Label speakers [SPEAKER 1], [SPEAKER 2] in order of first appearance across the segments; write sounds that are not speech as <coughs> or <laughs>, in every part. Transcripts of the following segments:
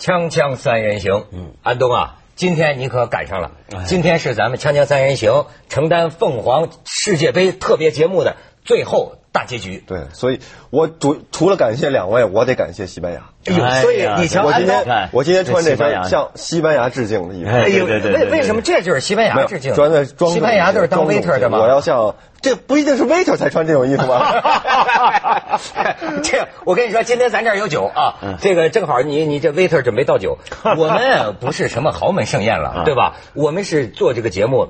[SPEAKER 1] 锵锵三人行，嗯，安东啊，今天你可赶上了，今天是咱们锵锵三人行承担凤凰世界杯特别节目的最后大结局。
[SPEAKER 2] 对，所以我主除了感谢两位，我得感谢西班牙。
[SPEAKER 1] 哎呦，所以
[SPEAKER 3] 哎呀
[SPEAKER 1] 你瞧，
[SPEAKER 2] 我
[SPEAKER 1] 安
[SPEAKER 2] 今
[SPEAKER 1] 东，
[SPEAKER 2] 天
[SPEAKER 3] 哎
[SPEAKER 2] 我今天穿这
[SPEAKER 3] 西班牙
[SPEAKER 2] 身向西班牙致敬的衣服。
[SPEAKER 3] 哎
[SPEAKER 1] 哎呦，
[SPEAKER 3] 对对对
[SPEAKER 1] 为
[SPEAKER 3] 对
[SPEAKER 1] 为什么这就是西班
[SPEAKER 2] 没
[SPEAKER 1] 牙
[SPEAKER 2] 有
[SPEAKER 1] 致敬？
[SPEAKER 2] 穿的庄重一些
[SPEAKER 1] 西班牙都是当
[SPEAKER 2] 庄重一些
[SPEAKER 1] waiter 的嘛。
[SPEAKER 2] 我要向这不一定是 waiter 才穿这种衣
[SPEAKER 1] <laughs>
[SPEAKER 2] 服吧？
[SPEAKER 1] 这我跟你说，今天咱这儿有酒啊，这个正好你你这 waiter 准备倒酒，我们不是什么豪门盛宴了，对吧？我们是做这个节目。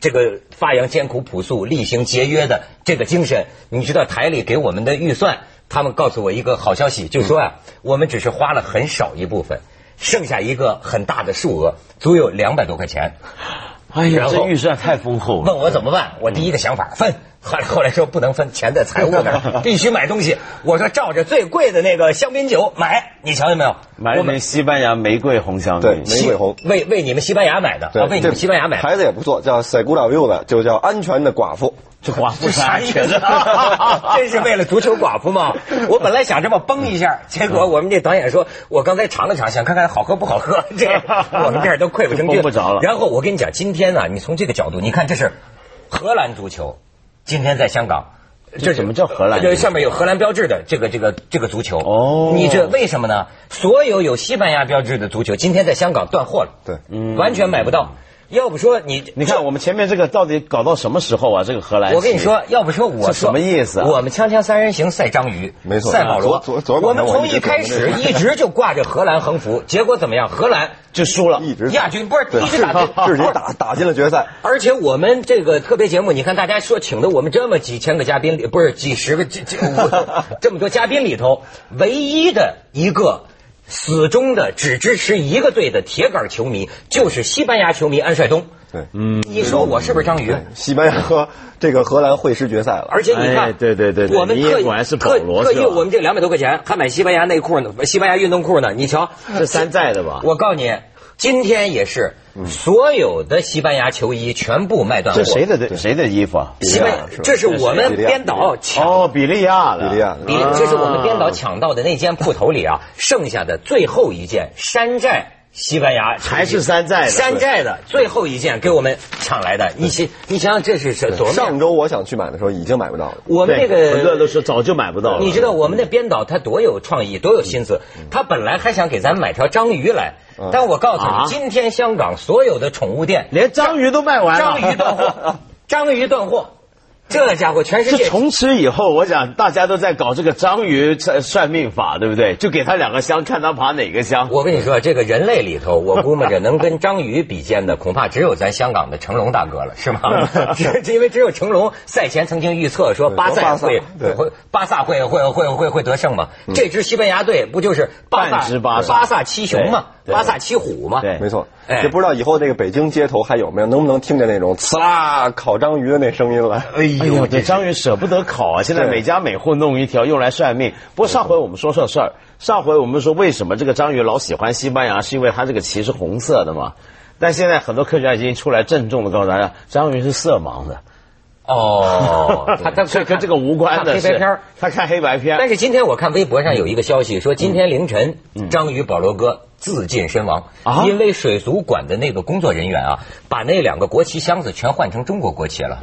[SPEAKER 1] 这个发扬艰苦朴素、厉行节约的这个精神，你知道台里给我们的预算，他们告诉我一个好消息，就说啊，我们只是花了很少一部分，剩下一个很大的数额，足有两百多块钱。
[SPEAKER 3] 哎呀，
[SPEAKER 1] 然后
[SPEAKER 3] 这预算太丰厚了。
[SPEAKER 1] 问我怎么
[SPEAKER 2] 嗯
[SPEAKER 1] 办，我第一个想法分，后来后来说不能分，钱在财务那
[SPEAKER 2] <laughs>
[SPEAKER 1] 儿，必须买东西。我说照着最贵的那个香槟酒买，你瞧见没有？
[SPEAKER 3] 买
[SPEAKER 1] 我
[SPEAKER 3] 那西班牙玫瑰红香
[SPEAKER 2] 对
[SPEAKER 3] 槟，
[SPEAKER 2] 玫瑰红。
[SPEAKER 1] 为为你们西班牙买的啊，为你
[SPEAKER 2] 这
[SPEAKER 1] 们西班牙买的。
[SPEAKER 2] 牌子也不错，叫 Segura Viuda，就叫安全的寡妇。
[SPEAKER 3] 这寡妇啥意思？
[SPEAKER 1] 真啊是为了足球寡妇吗？我本来想这么崩一下，结果我们这导演说，我刚才尝了尝，想看看好喝不好喝。这我们这儿都
[SPEAKER 3] <laughs>
[SPEAKER 1] 溃不成军，
[SPEAKER 3] 崩不着了
[SPEAKER 1] 然后我跟你讲，今天呢、你从这个角度，你看这是荷兰足球，今天在香港。
[SPEAKER 3] 这怎么叫荷兰足
[SPEAKER 1] 这
[SPEAKER 3] 球
[SPEAKER 1] 呃上面有荷兰标志的这个这个这个足球
[SPEAKER 3] 哦
[SPEAKER 1] 你这为什么呢？所有有西班牙标志的足球，今天在香港断货了，
[SPEAKER 2] 对，
[SPEAKER 1] 完全买不到。要不说你
[SPEAKER 3] 嗯你看我们前面这个到底搞到什么时候啊？这个荷兰，
[SPEAKER 1] 我跟你，说，要不说我说
[SPEAKER 3] 这什么意思啊
[SPEAKER 1] 我们锵锵三人行赛章鱼，
[SPEAKER 2] 没错
[SPEAKER 1] 赛保罗。
[SPEAKER 2] 昨昨昨
[SPEAKER 1] 我
[SPEAKER 2] 晚
[SPEAKER 1] 们
[SPEAKER 2] 上我
[SPEAKER 1] 从
[SPEAKER 2] 一直
[SPEAKER 1] 一开始一直就挂着荷兰横幅，结果怎么样？荷兰
[SPEAKER 3] 就输了。
[SPEAKER 2] 一直
[SPEAKER 1] 啊亚军不是
[SPEAKER 2] 对啊
[SPEAKER 1] 一直打
[SPEAKER 2] 自己打打进了决赛。
[SPEAKER 1] 而且我们这个特别节目，你看大家说请的我们这么几千个嘉宾里，不是几十个这这我这么多嘉宾里头，唯一的一个死忠的只支持一个队的铁杆球迷，就是西班牙球迷安帅东。嗯
[SPEAKER 2] 对，
[SPEAKER 1] 你说我是不是章鱼？
[SPEAKER 2] 西班牙和这个荷兰会师决赛了。
[SPEAKER 1] 而且你看，
[SPEAKER 3] 哎对对对对
[SPEAKER 1] 我们
[SPEAKER 3] 你
[SPEAKER 1] 特
[SPEAKER 3] 也果然是保
[SPEAKER 1] 特
[SPEAKER 3] 罗
[SPEAKER 1] 特
[SPEAKER 3] 是
[SPEAKER 1] 意
[SPEAKER 3] 吧
[SPEAKER 1] 我们这两百多块钱还买西班牙内裤呢，西班牙运动裤呢。你瞧，
[SPEAKER 3] 这山寨的吧？
[SPEAKER 1] 我告诉你，今天也是所有的西班牙球衣全部卖断货。
[SPEAKER 3] 嗯这谁的队谁的衣服啊？
[SPEAKER 1] 西班牙
[SPEAKER 2] 比利亚是吧
[SPEAKER 1] 这是我们
[SPEAKER 2] 比利亚
[SPEAKER 1] 编导抢。
[SPEAKER 3] 哦，比利亚的。啊
[SPEAKER 2] 比利亚的
[SPEAKER 1] 比利这是我们编导抢到的那间铺头里啊，剩下的最后一件山寨西班牙球衣
[SPEAKER 3] 还是山寨的
[SPEAKER 1] 山寨的最后一件给我们抢来的。你想，你想想这是什多
[SPEAKER 2] 上周我想去买的时候已经买不到了。
[SPEAKER 1] 我们这
[SPEAKER 3] 对
[SPEAKER 1] 个
[SPEAKER 3] 很多人都说早就买不到了。
[SPEAKER 1] 你知道我们的编导他多有创意，多有心思。
[SPEAKER 3] 嗯
[SPEAKER 1] 他本来还想给咱买条章鱼来，但我告诉
[SPEAKER 3] 啊
[SPEAKER 1] 你，今天香港所有的宠物
[SPEAKER 3] <laughs>
[SPEAKER 1] 店
[SPEAKER 3] 连章鱼都卖完
[SPEAKER 1] 章
[SPEAKER 3] 了。
[SPEAKER 1] 鱼
[SPEAKER 3] <laughs>
[SPEAKER 1] 断货，章鱼断货，这家伙全世
[SPEAKER 3] 这
[SPEAKER 1] 界
[SPEAKER 3] 从此以后，我想大家都在搞这个章鱼算算命法，对不对？就给他两个香，看他爬哪个香。
[SPEAKER 1] 我跟你说，这个人类里头，我估摸着能跟章鱼比肩的，恐怕只有咱香港的成龙大哥了，是
[SPEAKER 3] 嗯
[SPEAKER 1] <laughs> 吗？只只因为只有成龙赛前曾经预测说巴
[SPEAKER 2] 巴
[SPEAKER 1] 萨
[SPEAKER 2] 萨
[SPEAKER 1] 会
[SPEAKER 2] 对
[SPEAKER 1] 会巴萨会会会会会得胜嘛。这支西班牙队不就是巴
[SPEAKER 3] 嗯半
[SPEAKER 1] 萨
[SPEAKER 3] 支巴萨
[SPEAKER 1] 巴萨七雄嘛，
[SPEAKER 3] 对对
[SPEAKER 1] 巴萨七虎嘛？
[SPEAKER 3] 对
[SPEAKER 2] 没错，
[SPEAKER 1] 哎
[SPEAKER 2] 也不知道以后那个北京街头还有没有，能不能听见那种呲啦烤章鱼的那声音来？
[SPEAKER 1] 哎
[SPEAKER 3] 哎
[SPEAKER 1] 呦，
[SPEAKER 3] 呦，
[SPEAKER 1] 这
[SPEAKER 3] 这章鱼舍不得烤啊！现在
[SPEAKER 2] 对
[SPEAKER 3] 每家每户弄一条用来算命。不过上回我们说错事儿，上回我们说为什么这个章鱼老喜欢西班牙，是因为它这个鳍是红色的嘛？但现在很多科学家已经出来郑重的告诉大家，章鱼是色盲的，
[SPEAKER 1] 哦， <laughs> 他他
[SPEAKER 3] 这跟这个无关的
[SPEAKER 1] 看黑
[SPEAKER 3] 是。
[SPEAKER 1] 白片儿
[SPEAKER 3] 他看黑白片儿
[SPEAKER 1] 但。是今天我看微博上有一个消息说，今
[SPEAKER 2] 嗯
[SPEAKER 1] 天凌晨章鱼保罗哥自尽身亡，
[SPEAKER 3] 啊
[SPEAKER 1] 因为水族馆的那个工作人员啊，把那两个国旗箱子全换成中国国旗
[SPEAKER 2] <laughs>
[SPEAKER 1] 了。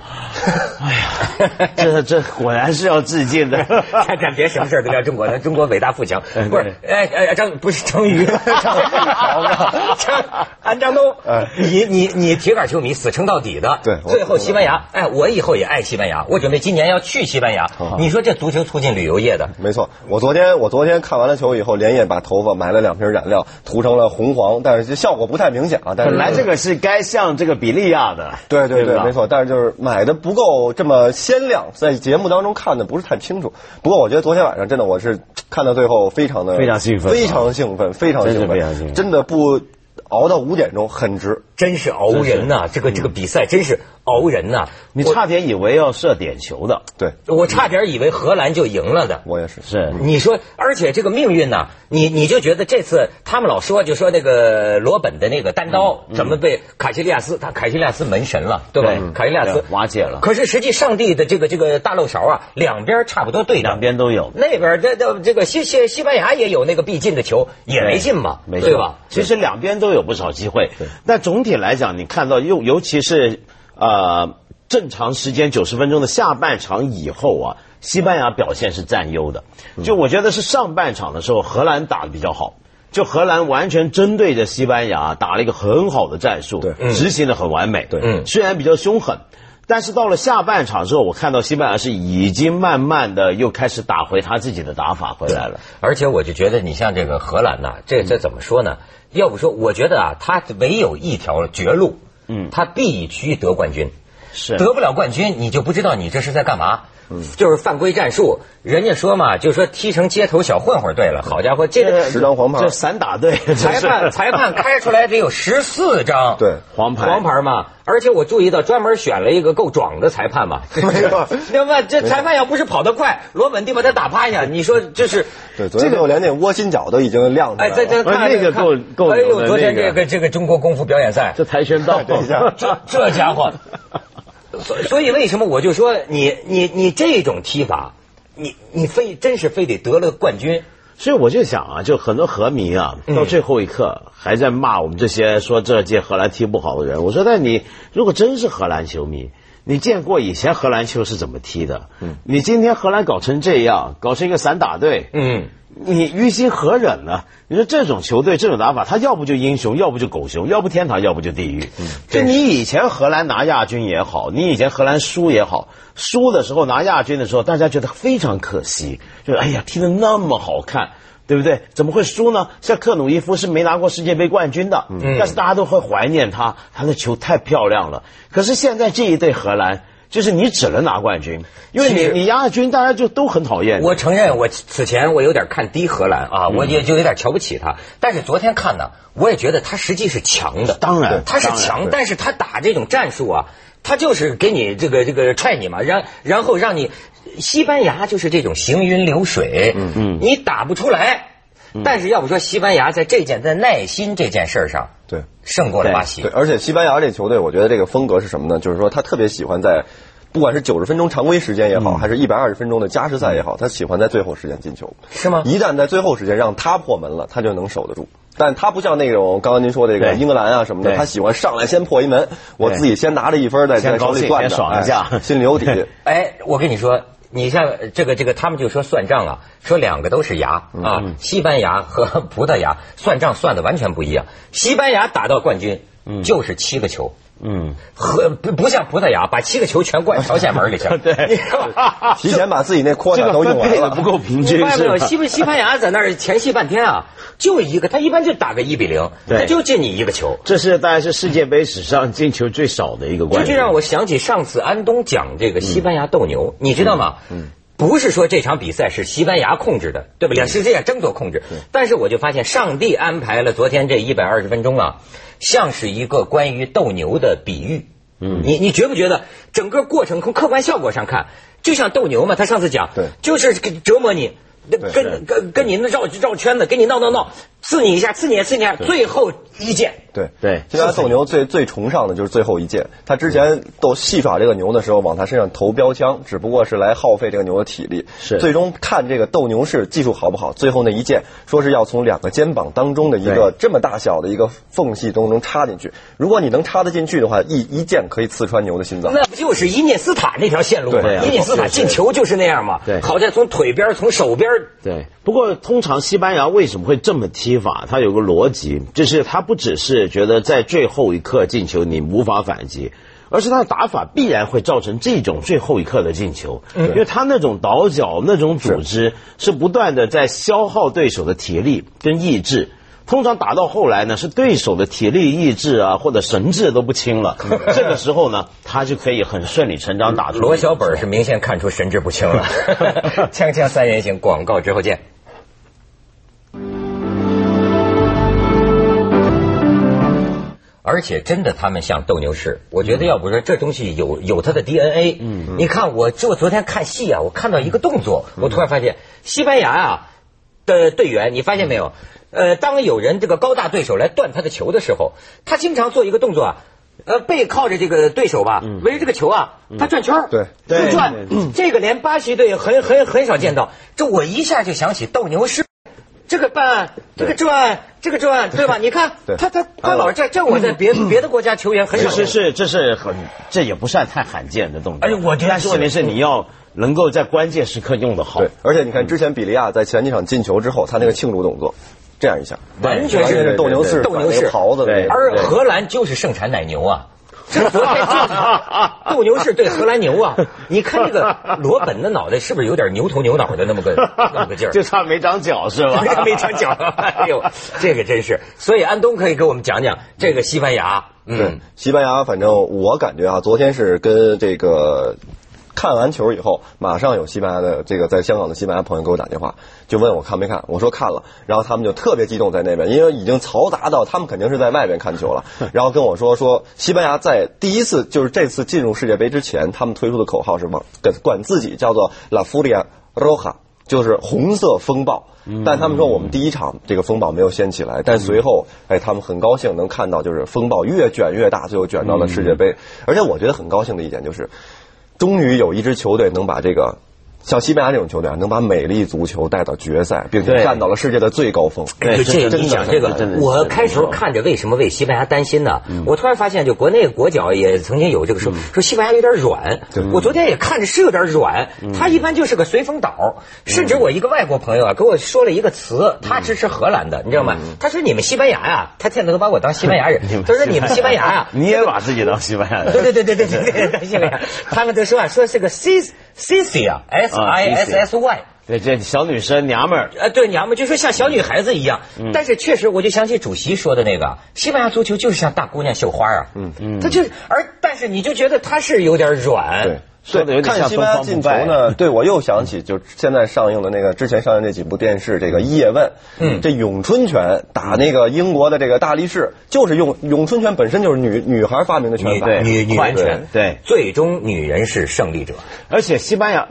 [SPEAKER 3] 哎呀， <laughs> 这这果然是要致敬 <laughs> 的。
[SPEAKER 1] 咱咱别什么事儿都聊中国，咱中国伟大富强
[SPEAKER 2] 嗯
[SPEAKER 3] 哎
[SPEAKER 1] 不是？哎哎，章不是章鱼，章安章东，你你你铁杆球迷死撑到底的，
[SPEAKER 2] 嗯对我
[SPEAKER 1] 最后西班牙，哎，我以后也爱西班牙，我准备今年要去西班牙。你说这足球促进旅游业的，
[SPEAKER 2] 没错，我昨天我昨天看完了球以后，连夜把头发买了两瓶染料，涂成了红黄，但是这效果不太明显啊。但是
[SPEAKER 3] 本来这个是该像这个比利亚的，
[SPEAKER 2] 对对对，
[SPEAKER 3] 吧
[SPEAKER 2] 没。错，但是就是买的不够这么鲜亮，在节目当中看的不是太清楚。不过我觉得昨天晚上真的我是看到最后非常的
[SPEAKER 3] 非常兴奋
[SPEAKER 2] 非常兴奋，非常
[SPEAKER 3] 真是
[SPEAKER 2] 兴
[SPEAKER 3] 非常兴
[SPEAKER 2] 奋，
[SPEAKER 3] 奋
[SPEAKER 2] 真的不熬到五点钟很值。
[SPEAKER 1] 真是熬人呐、这个这个比赛真是熬人呐、
[SPEAKER 3] 嗯你
[SPEAKER 1] 我
[SPEAKER 3] 差点以为要射点球的，
[SPEAKER 2] 对，
[SPEAKER 1] 我差点以为荷兰就赢了的。
[SPEAKER 2] 我也是。
[SPEAKER 3] 是
[SPEAKER 1] 你说，而且这个命运呐，你你就觉得这次他们老说，就说那个罗本的那个单刀怎么被卡西利亚斯，他卡西利亚斯门神了，对吧？
[SPEAKER 3] 嗯对
[SPEAKER 1] 卡西利亚斯
[SPEAKER 3] 对瓦解了
[SPEAKER 1] 可是实际上帝的这个这个大漏勺啊，两边差不多对的，
[SPEAKER 3] 两边都有。
[SPEAKER 1] 那边这这这个西西西班牙也有那个必进的球，也没进嘛，
[SPEAKER 3] 没
[SPEAKER 1] 对
[SPEAKER 3] 错
[SPEAKER 1] 吧？？
[SPEAKER 3] 其实两边都有不少机会，但总体来讲，你看到尤尤其是呃正常时间九十分钟的下半场以后啊，西班牙表现是占优的。就我觉得是上半场的时候，荷兰打的比较好。就荷兰完全针对着西班牙打了一个很好的战术，
[SPEAKER 2] 对
[SPEAKER 3] 执行的很完美，
[SPEAKER 2] 对
[SPEAKER 1] 嗯
[SPEAKER 3] 虽然比较凶狠，但是到了下半场之后，我看到西班牙是已经慢慢的又开始打回他自己的打法回来了。
[SPEAKER 1] 而且我就觉得你像这个荷兰呐、这这怎么说呢？要不说，我觉得啊，他唯有一条绝路，嗯，他必以区得冠军。
[SPEAKER 3] 是
[SPEAKER 1] 得不了冠军，你就不知道你这是在干嘛。就是犯规战术，人家说嘛，就说踢成街头小混混队了。好家伙，这个
[SPEAKER 2] <laughs> 十张黄牌
[SPEAKER 3] 这散打
[SPEAKER 2] <laughs>
[SPEAKER 3] 队，
[SPEAKER 1] 裁判裁判开出来得有十四张，
[SPEAKER 2] 对
[SPEAKER 3] 黄牌
[SPEAKER 1] 黄牌嘛。而且我注意到专门选了一个够壮的裁判嘛，
[SPEAKER 2] 没错
[SPEAKER 1] <laughs> 那么这裁判要不是跑得快，罗本地把他打趴下，你说这是
[SPEAKER 2] 对，昨天我连那窝心脚都已经亮出来
[SPEAKER 1] 哎，
[SPEAKER 2] 了。
[SPEAKER 1] 再再
[SPEAKER 3] 哎
[SPEAKER 1] 看
[SPEAKER 3] 那个
[SPEAKER 1] 看
[SPEAKER 3] 够够
[SPEAKER 1] 哎
[SPEAKER 3] 牛
[SPEAKER 1] 呦，
[SPEAKER 3] 的
[SPEAKER 1] 昨天
[SPEAKER 3] 那
[SPEAKER 1] 这
[SPEAKER 3] 个
[SPEAKER 1] 个这个中国功夫表演赛，
[SPEAKER 3] 这跆
[SPEAKER 2] <laughs>
[SPEAKER 3] 拳道，
[SPEAKER 2] 等一下
[SPEAKER 1] 这这家伙，所所以为什么我就说你你你这种踢法，你你非真是非得得了冠军，
[SPEAKER 3] <laughs> 所以我就想啊，就很多河迷啊，
[SPEAKER 2] 嗯
[SPEAKER 3] 到最后一刻还在骂我们这些说这届荷兰踢不好的人。我说，那你如果真是荷兰球迷，你见过以前荷兰球是怎么踢的？
[SPEAKER 2] 嗯
[SPEAKER 3] 你今天荷兰搞成这样，搞成一个散打队，
[SPEAKER 1] 嗯，
[SPEAKER 3] 你于心何忍呢？你说这种球队这种打法，他要不就英雄，要不就狗熊，要不天堂，要不就地狱。
[SPEAKER 1] 嗯
[SPEAKER 3] 就你以前荷兰拿亚军也好，你以前荷兰输也好，输的时候拿亚军的时候，大家觉得非常可惜，就是哎呀踢得那么好看。对不对？怎么会输呢？像克鲁伊夫是没拿过世界杯冠军
[SPEAKER 1] 嗯
[SPEAKER 3] 的，但是大家都会怀念他，他的球太漂亮了。可是现在这一队荷兰，就是你只能拿冠军，因为
[SPEAKER 1] 其实
[SPEAKER 3] 你你亚军，大家就都很讨厌你。
[SPEAKER 1] 我承认我此前我有点看低荷兰啊，我也就有点瞧不起他，但是昨天看呢，我也觉得他实际是强的，
[SPEAKER 3] 当然
[SPEAKER 1] 他是
[SPEAKER 3] 当然
[SPEAKER 1] 强，
[SPEAKER 2] 对
[SPEAKER 1] 但是他打这种战术啊，他就是给你这个这个踹你嘛，然然后让你，西班牙就是这种行云流水，嗯嗯，你打不出来，但是要不说西班牙在这件在耐心这件事儿上，
[SPEAKER 2] 对
[SPEAKER 1] 胜过了巴西
[SPEAKER 2] 对，，而且西班牙这球队，我觉得这个风格是什么呢？就是说他特别喜欢在，不管是九十分钟常规时间也
[SPEAKER 3] 嗯
[SPEAKER 2] 好，还是一百二十分钟的加时赛也好，他喜欢在最后时间进球。
[SPEAKER 1] 是吗？
[SPEAKER 2] 一旦在最后时间让他破门了，他就能守得住。但他不像那种刚刚您说的这个
[SPEAKER 3] 对
[SPEAKER 2] 英格兰啊什么的，
[SPEAKER 3] 对
[SPEAKER 2] 他喜欢上来先破一门，我
[SPEAKER 3] 对
[SPEAKER 2] 自己先拿着一分再
[SPEAKER 3] 先
[SPEAKER 2] 在手
[SPEAKER 3] 高
[SPEAKER 2] 里
[SPEAKER 3] 兴
[SPEAKER 2] 攥着，
[SPEAKER 3] 先爽一下
[SPEAKER 2] 哎心里有
[SPEAKER 3] <laughs>
[SPEAKER 2] 底。
[SPEAKER 1] 哎，我跟你说，你像呃这个这个，他们就说算账啊，说两个都是牙
[SPEAKER 3] 嗯
[SPEAKER 1] 啊，西班牙和葡萄牙算账算的完全不一样。西班牙打到冠军，就是七个球。
[SPEAKER 3] 嗯，
[SPEAKER 1] 和不不像葡萄牙把七个球全灌朝鲜门里去了，
[SPEAKER 3] <laughs> 对
[SPEAKER 1] 你知道
[SPEAKER 3] <laughs>
[SPEAKER 1] 吧？
[SPEAKER 2] 提前把自己那扩
[SPEAKER 3] 这
[SPEAKER 2] 展
[SPEAKER 3] 个
[SPEAKER 2] 都
[SPEAKER 3] 分
[SPEAKER 2] 用完
[SPEAKER 3] 配的
[SPEAKER 2] 了，
[SPEAKER 3] 不够平
[SPEAKER 1] 你 <laughs>
[SPEAKER 3] 均，
[SPEAKER 1] 发现没有？
[SPEAKER 3] 是吧？
[SPEAKER 1] 西班西班牙在那儿前戏半天啊，就一个，他一般就打个一比零，
[SPEAKER 3] 对
[SPEAKER 1] 他就进你一个球。
[SPEAKER 3] 这是大概是世界杯史上进球最少的一个
[SPEAKER 1] 这
[SPEAKER 3] 冠军。
[SPEAKER 1] 就让我想起上次安东讲这个西班牙斗牛，你知道吗？嗯。不是说这场比赛是西班牙控制的，对不对？是这样争夺控制。但是我就发现，上帝安排了昨天这一百二十分钟啊，像是一个关于斗牛的比喻。嗯，你你觉不觉得整个过程从客观效果上看，就像斗牛嘛？他上次讲，
[SPEAKER 2] 对
[SPEAKER 1] 就是跟折磨你，跟跟跟跟你那绕绕圈子，跟你闹闹闹，刺你一下，刺你一下，刺你一下，最后一剑。
[SPEAKER 2] 对
[SPEAKER 3] 对
[SPEAKER 2] 西班牙斗牛最最崇尚的就是最后一剑。他之前斗戏耍这个牛的时候，往他身上投标枪，只不过是来耗费这个牛的体力。
[SPEAKER 3] 是
[SPEAKER 2] 最终看这个斗牛士技术好不好。最后那一剑，说是要从两个肩膀当中的一个这么大小的一个缝隙中能插进去。如果你能插得进去的话，一一剑可以刺穿牛的心脏。
[SPEAKER 1] 那不就是伊涅斯塔那条线路吗？
[SPEAKER 2] 对
[SPEAKER 3] 啊
[SPEAKER 1] 伊涅斯塔进球就是那样嘛。
[SPEAKER 3] 对
[SPEAKER 1] 好在从腿边儿从手边儿，
[SPEAKER 3] 对，不过通常西班牙为什么会这么踢法？它有个逻辑，就是他不只是觉得在最后一刻进球你无法反击，而是他的打法必然会造成这种最后一刻的进球，
[SPEAKER 1] 嗯
[SPEAKER 3] 因为他那种倒脚、那种组织是不断的在消耗对手的体力跟意志。通常打到后来呢，是对手的体力、意志啊，或者神志都不清了。这个时候呢，他就可以很顺理成章打出
[SPEAKER 1] 嗯罗小本是明显看出神志不清 <laughs> 了。锵锵三人行，广告之后见。而且真的他们像斗牛士。我觉得要不说这东西有有它的 DNA。嗯，你看我就昨天看戏啊，我看到一个动作，我突然发现西班牙啊的队员，你发现没有？呃，当有人这个高大对手来断他的球的时候，他经常做一个动作啊。呃，背靠着这个对手吧，围着这个球啊，他转圈儿，
[SPEAKER 2] 对
[SPEAKER 1] 就
[SPEAKER 3] 对
[SPEAKER 1] 转
[SPEAKER 3] 对，
[SPEAKER 1] 这个连巴西队很很很少见到。这我一下就想起斗牛士，这个办，这个转，这个转，对吧？你看
[SPEAKER 2] 对
[SPEAKER 1] 他他他老这这我在别别的国家球员很
[SPEAKER 3] 这
[SPEAKER 1] 少
[SPEAKER 3] 嗯是
[SPEAKER 1] 见。
[SPEAKER 3] 是这是很这也不算太罕见的动作。
[SPEAKER 1] 哎呦我觉得
[SPEAKER 3] 但是问题是你要能够在关键时刻用得好
[SPEAKER 2] 对。，而且你看之前比利亚在前几场进球之后，他那个庆祝动作，这样一下，
[SPEAKER 1] 完全
[SPEAKER 2] 完全
[SPEAKER 1] 是
[SPEAKER 2] 是斗牛士
[SPEAKER 1] 斗牛
[SPEAKER 2] 把那
[SPEAKER 1] 士
[SPEAKER 2] 个袍子那个
[SPEAKER 3] 对
[SPEAKER 1] 而荷兰就是盛产奶牛
[SPEAKER 3] <laughs>
[SPEAKER 1] 啊。这昨天就是啊斗牛士对荷兰牛啊！你看这个罗本的脑袋是不是有点牛头牛脑的那么
[SPEAKER 3] <laughs>
[SPEAKER 1] 个那么个劲儿？
[SPEAKER 3] 就差没长脚是吧？
[SPEAKER 1] 没长脚。哎呦，这个真是，所以安东可以给我们讲讲这个西班牙。
[SPEAKER 2] 对
[SPEAKER 1] 嗯，，
[SPEAKER 2] 西班牙，反正我感觉啊，昨天是跟这个看完球以后，马上有西班牙的这个在香港的西班牙朋友给我打电话，就问我看没看，我说看了，然后他们就特别激动在那边，因为已经嘈杂到他们肯定是在外边看球了，然后跟我说说西班牙在第一次就是这次进入世界杯之前，他们推出的口号是往管管自己叫做 La Furia Roja。就是红色风暴，但他们说我们第一场这个风暴没有掀起
[SPEAKER 1] 嗯
[SPEAKER 2] 来，但随后，哎，他们很高兴能看到，就是风暴越卷越大，最后卷到了世界
[SPEAKER 1] 嗯
[SPEAKER 2] 杯。而且我觉得很高兴的一点就是，终于有一支球队能把这个像西班牙这种球队啊，能把美丽足球带到决赛，并且
[SPEAKER 3] 对
[SPEAKER 2] 站到了世界的最高峰。
[SPEAKER 3] 对
[SPEAKER 1] 就这
[SPEAKER 3] 真
[SPEAKER 1] 个
[SPEAKER 3] 的
[SPEAKER 1] 你讲
[SPEAKER 3] 真的
[SPEAKER 1] 这个
[SPEAKER 3] 真的，
[SPEAKER 1] 我
[SPEAKER 3] 真的
[SPEAKER 1] 开始看着为什么为西班牙担心呢？
[SPEAKER 3] 嗯
[SPEAKER 1] 我突然发现，就国内国脚也曾经有这个说说西班牙有点软。我昨天也看着是有点软，
[SPEAKER 3] 嗯
[SPEAKER 1] 他一般就是个随风倒。甚至我一个外国朋友啊，给我说了一个
[SPEAKER 3] 嗯
[SPEAKER 1] 词，他支持荷兰的，你知道吗？他说你们西班牙呀，他现在都把我当西班牙人
[SPEAKER 3] <laughs> <laughs> 你。们
[SPEAKER 1] 他说你们西班牙啊呀，
[SPEAKER 3] <laughs> 你也把自己当西班牙人。
[SPEAKER 1] 对对对对对对对对，西班牙，他们都说啊，说这个 C C C 啊，S I S S Y。
[SPEAKER 3] 对，这小女生娘们儿，
[SPEAKER 1] 呃，对，娘们就说像小女孩子一样，
[SPEAKER 3] 嗯
[SPEAKER 1] 但是确实，我就想起主席说的那个，西班牙足球就是像大姑娘绣花啊，嗯嗯，他就是，而但是你就觉得他是有点
[SPEAKER 2] <laughs>
[SPEAKER 1] 软，
[SPEAKER 3] 说得有点
[SPEAKER 2] 看
[SPEAKER 3] 像
[SPEAKER 2] 西班牙
[SPEAKER 3] 东
[SPEAKER 2] 进
[SPEAKER 3] 方不
[SPEAKER 2] 球
[SPEAKER 3] 败
[SPEAKER 2] 呢，对我又想起就现在上映的那个之前上映那几部电视，这个《叶问》，嗯，这咏春拳打那个英国的这个大力士，就是用咏春拳本身就是女女孩发明的拳
[SPEAKER 1] 女
[SPEAKER 2] 法，
[SPEAKER 3] 对
[SPEAKER 1] 女女
[SPEAKER 3] 快
[SPEAKER 1] 人拳，
[SPEAKER 3] 对
[SPEAKER 1] 最终女人是胜利者，
[SPEAKER 3] 而且西班牙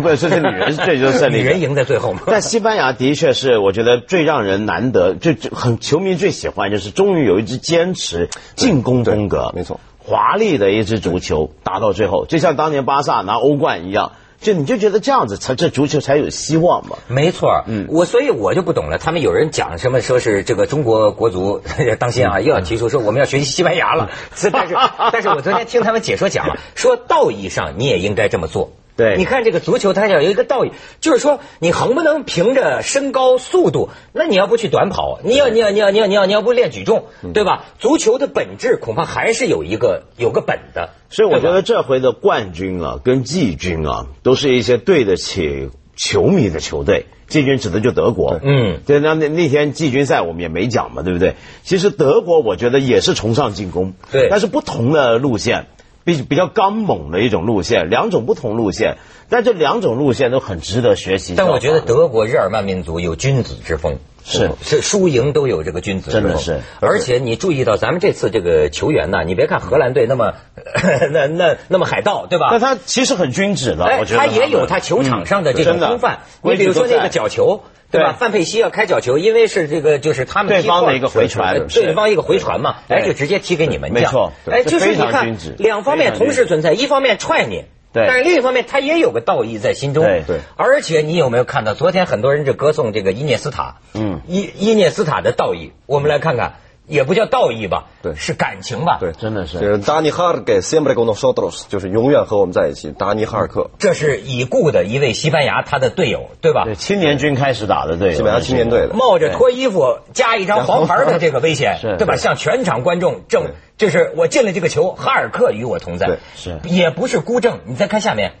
[SPEAKER 3] 不是说这女人是最就是胜利
[SPEAKER 1] 女
[SPEAKER 3] 者
[SPEAKER 1] 人赢在最后嘛，
[SPEAKER 3] 但西班牙的确是，我觉得最让人难得，最最很球迷最喜欢就是终于有一支坚持进攻风格，
[SPEAKER 2] 对没错，
[SPEAKER 3] 华丽的一支足球打到最后，就像当年巴萨拿欧冠一样，就你就觉得这样子才这足球才有希望嘛。
[SPEAKER 1] 没错，嗯，我所以我就不懂了。他们有人讲什么说是这个中国国足， <laughs> 当心啊，又要提出说我们要学习西班牙了。是但是，但是我昨天听他们解说讲了，说道义上你也应该这么做。
[SPEAKER 3] 对
[SPEAKER 1] 你看这个足球，它要有一个道义，就是说你横不能凭着身高、速度，那你要不去短跑，你要你要你要你要你要你要不练举重，对吧？足球的本质恐怕还是有一个有个本的。
[SPEAKER 3] 所以我觉
[SPEAKER 1] 对吧
[SPEAKER 3] 得这回的冠军啊，跟季军啊，都是一些对得起球迷的球队。季军指的就德国，
[SPEAKER 1] 嗯，
[SPEAKER 3] 对，那那那天季军赛我们也没讲嘛，对不对？其实德国我觉得也是崇尚进攻，
[SPEAKER 1] 对
[SPEAKER 3] 但是不同的路线，比比较刚猛的一种路线，两种不同路线，但这两种路线都很值得学习。
[SPEAKER 1] 但我觉得德国日耳曼民族有君子之风，嗯
[SPEAKER 3] 是
[SPEAKER 1] 是输赢都有这个君子之风，
[SPEAKER 3] 真的是。
[SPEAKER 1] 而且你注意到咱们这次这个球员呢，你别看荷兰队那么 <laughs> 那那那么海盗，对吧？
[SPEAKER 3] 那他其实很君子的，啊我觉得
[SPEAKER 1] 啊哎他
[SPEAKER 3] 们
[SPEAKER 1] 也有他球场上的这种
[SPEAKER 3] 嗯真的
[SPEAKER 1] 风范，你
[SPEAKER 3] 规
[SPEAKER 1] 比
[SPEAKER 3] 矩
[SPEAKER 1] 如
[SPEAKER 3] 都在
[SPEAKER 1] 说那个角球。对吧？
[SPEAKER 3] 对
[SPEAKER 1] 范佩西要开角球，因为是这个，就是他们
[SPEAKER 3] 对
[SPEAKER 1] 踢错
[SPEAKER 3] 方的一个回传
[SPEAKER 1] 呃对
[SPEAKER 3] 是
[SPEAKER 1] 方一个回传嘛，
[SPEAKER 3] 对
[SPEAKER 1] 哎，就直接踢给你们这样
[SPEAKER 3] 没错对
[SPEAKER 1] 哎，
[SPEAKER 3] 这
[SPEAKER 1] 就是
[SPEAKER 3] 非
[SPEAKER 1] 你
[SPEAKER 3] 常
[SPEAKER 1] 看
[SPEAKER 3] 君子
[SPEAKER 1] 两方面
[SPEAKER 3] 非常君
[SPEAKER 1] 同
[SPEAKER 3] 子
[SPEAKER 1] 时存在，一方面踹你，
[SPEAKER 3] 对
[SPEAKER 1] 但是另一方面他也有个道义在心中，
[SPEAKER 3] 对
[SPEAKER 2] 对
[SPEAKER 1] 而且你有没有看到，昨天很多人就歌颂这个伊涅斯塔，嗯，伊伊涅斯塔的道义，我们来看看，也不叫道义吧，
[SPEAKER 2] 对
[SPEAKER 1] 是感情吧，
[SPEAKER 2] 对，
[SPEAKER 3] 真的是
[SPEAKER 2] 就是 Dani Harke siempre con nosotros，就是永远和我们在一起，达尼哈尔克。
[SPEAKER 1] 这是已故的一位西班牙他的队友，对吧？
[SPEAKER 3] 对青年军开始打的队，
[SPEAKER 2] 西班牙青年队的，
[SPEAKER 1] 冒着脱衣服加一张黄牌的这个危险
[SPEAKER 3] 是，
[SPEAKER 1] 对吧？向全场观众证，就是我进了这个球，哈尔克与我同在
[SPEAKER 2] 对，
[SPEAKER 3] 是
[SPEAKER 1] 也不是孤证。你再看下面，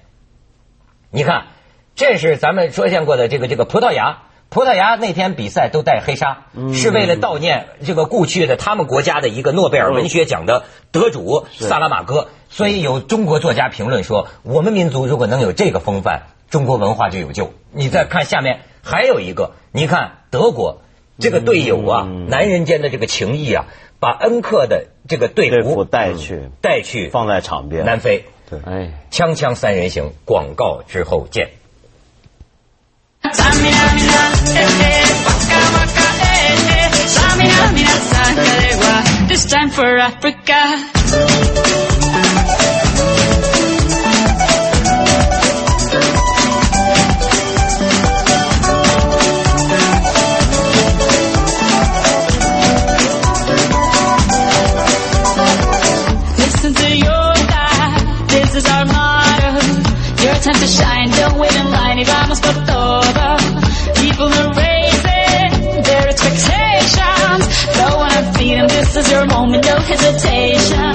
[SPEAKER 1] 你看，这是咱们出现过的这个这个葡萄牙。葡萄牙那天比赛都戴黑纱，
[SPEAKER 3] 嗯
[SPEAKER 1] 是为了悼念这个故去的他们国家的一个诺贝尔文学奖的得主萨拉马戈。所以有中国作家评论说，我们民族如果能有这个风范，中国文化就有救。你再看下面
[SPEAKER 3] 嗯
[SPEAKER 1] 还有一个，你看德国这个队友啊，男人间的这个情谊啊，把恩克的这个队
[SPEAKER 3] 队
[SPEAKER 1] 服
[SPEAKER 3] 服带去，
[SPEAKER 2] 嗯
[SPEAKER 1] 带去
[SPEAKER 3] 放在场边。
[SPEAKER 1] 南非。
[SPEAKER 3] 哎。
[SPEAKER 1] 锵锵三人行，广告之后见。
[SPEAKER 4] Samina, mina, eh, eh, waka, waka, eh, eh. Samina, mina, sangalewa. This time for Africa. Listen to Yoda, this is our motto. Your time to shine, don't wait in line, y vamos por todo. People are raising their expectations. Go on and feed 'em, this is your moment, no hesitation.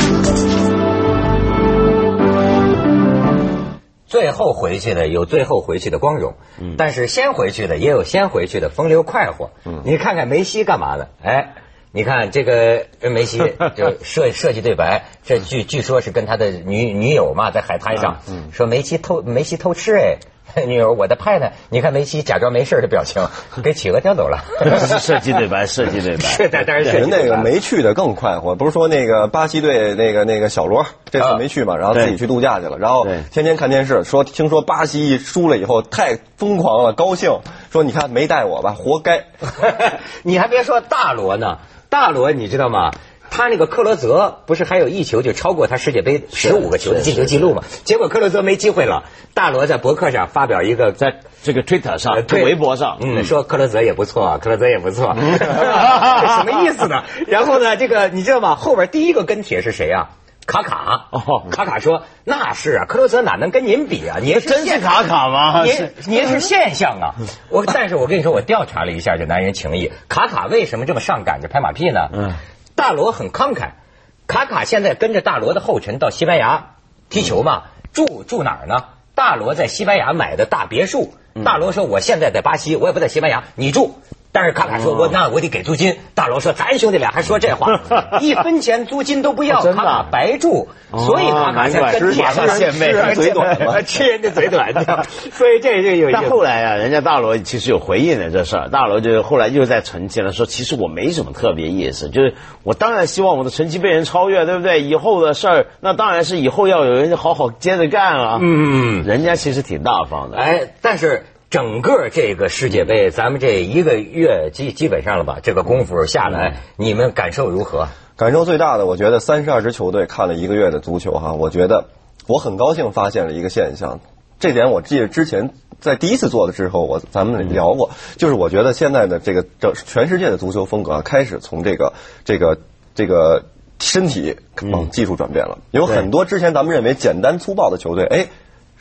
[SPEAKER 1] 最后回去的有最后回去的光荣，但是先回去的也有先回去的风流快活。你看看梅西干嘛的？哎，你看这个这梅西就设设计对白，这据据说是跟他的女女友嘛，在海滩上说梅西偷梅西偷吃哎。 <laughs> 女友，我的派呢？你看梅西假装没事的表情，给企鹅叼走了。
[SPEAKER 3] 是设计
[SPEAKER 1] <laughs>
[SPEAKER 3] 对白，设计对白。
[SPEAKER 1] 是的，当然是
[SPEAKER 2] 那个没去的更快活，不是说那个巴西队那个那个小罗这次没去嘛，然后自己去度假去了，然后
[SPEAKER 3] 对
[SPEAKER 2] 天天看电视，说听说巴西输了以后太疯狂了，高兴，说你看没带我吧，活该。
[SPEAKER 1] <laughs> 你还别说大罗呢，大罗你知道吗？他那个克罗泽不是还有一球就超过他世界杯十五个球的进球记录吗？结果克罗泽没机会了，大罗在博客上发表一个
[SPEAKER 3] 在这个 Twitter
[SPEAKER 1] 呃
[SPEAKER 3] 上、
[SPEAKER 1] 对
[SPEAKER 3] 微博上，
[SPEAKER 1] 嗯，说克罗泽也不错啊，克罗泽也不
[SPEAKER 3] <laughs>
[SPEAKER 1] 错，什么意思呢？然后呢，这个你知道吗？后边第一个跟帖是谁啊？卡卡
[SPEAKER 3] 哦，
[SPEAKER 1] 卡卡说那是啊，克罗泽哪能跟您比啊？您
[SPEAKER 3] 真是卡卡吗？
[SPEAKER 1] 您您是现象
[SPEAKER 3] <laughs>
[SPEAKER 1] 啊！我但是我跟你说，我调查了一下这男人情谊，卡卡为什么这么上赶着拍马屁呢？嗯，大罗很慷慨，卡卡现在跟着大罗的后尘到西班牙踢球嘛，住住哪儿呢？大罗在西班牙买的大别墅，
[SPEAKER 3] 嗯
[SPEAKER 1] 大罗说我现在在巴西，我也不在西班牙，你住。但是卡卡
[SPEAKER 3] 哦
[SPEAKER 1] 说：“我那我得给租金。”大罗说：“咱兄弟俩还说这
[SPEAKER 3] <laughs>
[SPEAKER 1] 话，一分钱租金都不要，
[SPEAKER 3] 哦真
[SPEAKER 1] 卡
[SPEAKER 3] 的哦
[SPEAKER 1] 卡白住。”所以卡卡才跟帖
[SPEAKER 3] 难怪
[SPEAKER 1] 上
[SPEAKER 3] 吃马上献媚
[SPEAKER 2] 嘴短嘛
[SPEAKER 1] 吃人家嘴短的，所以这这有意
[SPEAKER 3] 但
[SPEAKER 1] 思。
[SPEAKER 3] 后来啊，人家大罗其实有回应的这事儿，大罗就后来又在澄清了，说其实我没什么特别意思，就是我当然希望我的成绩被人超越，对不对？以后的事儿，那当然是以后要有人好好接着干啊。
[SPEAKER 1] 嗯，
[SPEAKER 3] 人家其实挺大方的，
[SPEAKER 1] 哎，但是整个这个世界杯，咱们这一个月基基本上了吧，这个功夫下来，你们感受如何？
[SPEAKER 2] 感受最大的，我觉得三十二支球队看了一个月的足球哈，我觉得我很高兴发现了一个现象，这点我记得之前在第一次做的时候，我咱们聊过，就是我觉得现在的这个这全世界的足球风格啊，开始从这个这个这个身体
[SPEAKER 1] 嗯
[SPEAKER 2] 往技术转变了，有很多之前咱们认为简单粗暴的球队，哎。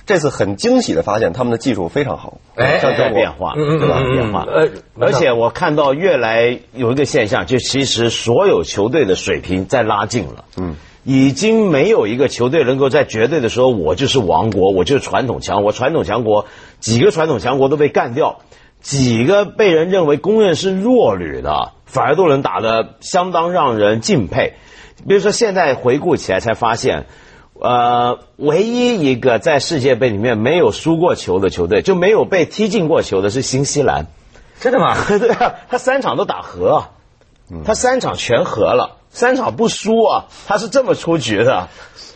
[SPEAKER 2] 这次很惊喜的发现，他们的技术非常好，
[SPEAKER 1] 哎
[SPEAKER 2] 像
[SPEAKER 3] 在
[SPEAKER 2] 中国
[SPEAKER 3] 变化，
[SPEAKER 1] 嗯嗯
[SPEAKER 3] 对吧？
[SPEAKER 1] 嗯嗯
[SPEAKER 3] 变化
[SPEAKER 1] 呃。
[SPEAKER 3] 而且我看到越来有一个现象，就其实所有球队的水平在拉近了。嗯。已经没有一个球队能够在绝对的时候，我就是王国，我就是传统强国。传统强国几个传统强国都被干掉，几个被人认为公认是弱旅的，反而都能打得相当让人敬佩。比如说，现在回顾起来才发现，呃，唯一一个在世界杯里面没有输过球的球队，就没有被踢进过球的是新西兰。
[SPEAKER 1] 真的吗？
[SPEAKER 3] <laughs> 对啊，他三场都打和啊，
[SPEAKER 1] 嗯
[SPEAKER 3] 他三场全和了，三场不输啊，他是这么出局的。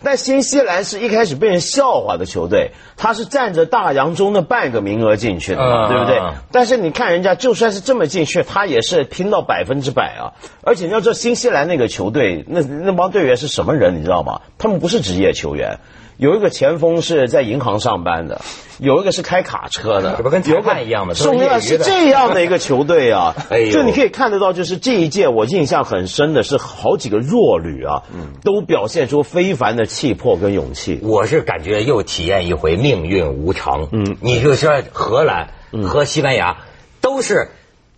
[SPEAKER 3] 但新西兰是一开始被人笑话的球队，他是占着大洋中的半个名额进去的嘛，
[SPEAKER 1] 嗯
[SPEAKER 3] 对不对
[SPEAKER 1] 嗯嗯？
[SPEAKER 3] 但是你看人家，就算是这么进去，他也是拼到百分之百啊！而且你要知道，新西兰那个球队，那那帮队员是什么人，你知道吗？他们不是职业球员，有一个前锋是在银行上班的，有一个是开卡车的，
[SPEAKER 1] 这不跟裁判一样吗？
[SPEAKER 3] 重要是
[SPEAKER 1] 这。
[SPEAKER 3] 这样的一个球队啊
[SPEAKER 1] 哎呦，
[SPEAKER 3] 就你可以看得到，就是这一届我印象很深的是好几个弱旅啊，都表现出非凡的气魄跟勇气。
[SPEAKER 1] 我是感觉又体验一回命运无常。嗯，你就说荷兰和西班牙都是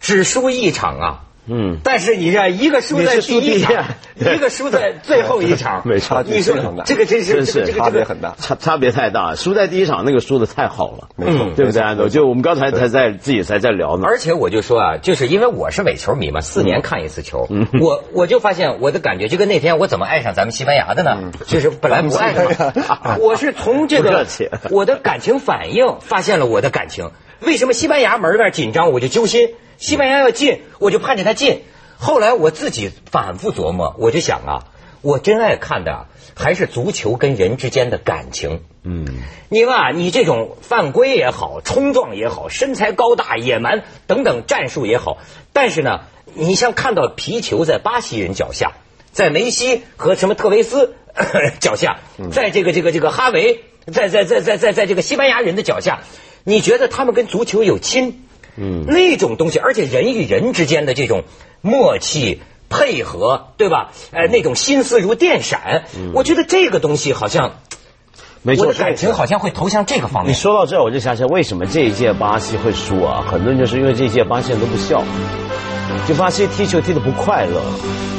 [SPEAKER 1] 只输一场啊。
[SPEAKER 3] 嗯，
[SPEAKER 1] 但是你这一个输在
[SPEAKER 3] 你是
[SPEAKER 1] 第
[SPEAKER 3] 输
[SPEAKER 1] 一
[SPEAKER 3] 第一
[SPEAKER 1] 场
[SPEAKER 3] 啊，对
[SPEAKER 1] 一个输在最后一场，
[SPEAKER 3] 没
[SPEAKER 2] 错
[SPEAKER 1] 你说
[SPEAKER 2] 差距非常大
[SPEAKER 1] 这个真是
[SPEAKER 3] 真是
[SPEAKER 1] 这个
[SPEAKER 2] 差
[SPEAKER 1] 这
[SPEAKER 2] 别
[SPEAKER 1] 个
[SPEAKER 2] 很大。
[SPEAKER 3] 差差别太大，输在第一场那个输的太好了，
[SPEAKER 2] 没错
[SPEAKER 3] 对不对，安总？就我们刚才才在自己才在聊呢。嗯
[SPEAKER 1] 而且我就说啊，就是因为我是伪球迷嘛，四年看一次球，我我就发现我的感觉就跟那天我怎么爱上咱们西班牙的
[SPEAKER 3] 嗯
[SPEAKER 1] 呢？就是本来不爱
[SPEAKER 3] <laughs>
[SPEAKER 1] 的，我是从这
[SPEAKER 3] 不
[SPEAKER 1] 个
[SPEAKER 3] 客气
[SPEAKER 1] 我的感情反应发现了我的感情。为什么西班牙门那儿紧张我就揪心，西班牙要进我就盼着他进。后来我自己反复琢磨，我就想啊，我真爱看的啊还是足球跟人之间的感情。嗯，你吧，你这种犯规也好，冲撞也好，身材高大、野蛮等等战术也好，但是呢，你像看到皮球在巴西人脚下，在梅西和什么特维斯 <coughs> 脚下，在这个这个这个哈维，在在在在在在这个西班牙人的脚下，你觉得他们跟足球有亲？嗯，那种东西，而且人与人之间的这种默契配合，对吧？哎，那种心思如电闪，我觉得这个东西好像，
[SPEAKER 3] 没
[SPEAKER 1] 我
[SPEAKER 3] 错，
[SPEAKER 1] 的感情好像会投向这个方
[SPEAKER 3] 你
[SPEAKER 1] 面。
[SPEAKER 3] 说到这，我就想起来为什么这一届巴西会输啊？很多人就是因为这一届巴西人都不笑，就巴西踢球踢得不快乐。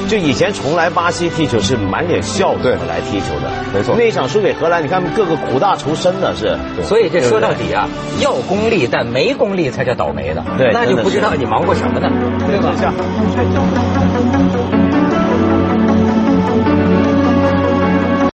[SPEAKER 3] 就以前从来巴西踢球是满脸笑容
[SPEAKER 2] 对
[SPEAKER 3] 来踢球的，
[SPEAKER 2] 没错
[SPEAKER 3] 那一场输给荷兰，你看各个苦大仇深的是，
[SPEAKER 1] 所以这说到底啊，要功利但没功利才叫倒霉的，
[SPEAKER 3] 对
[SPEAKER 1] 那就
[SPEAKER 3] 真的
[SPEAKER 1] 不知
[SPEAKER 3] 是
[SPEAKER 1] 道你忙过什么呢。
[SPEAKER 3] 对吧？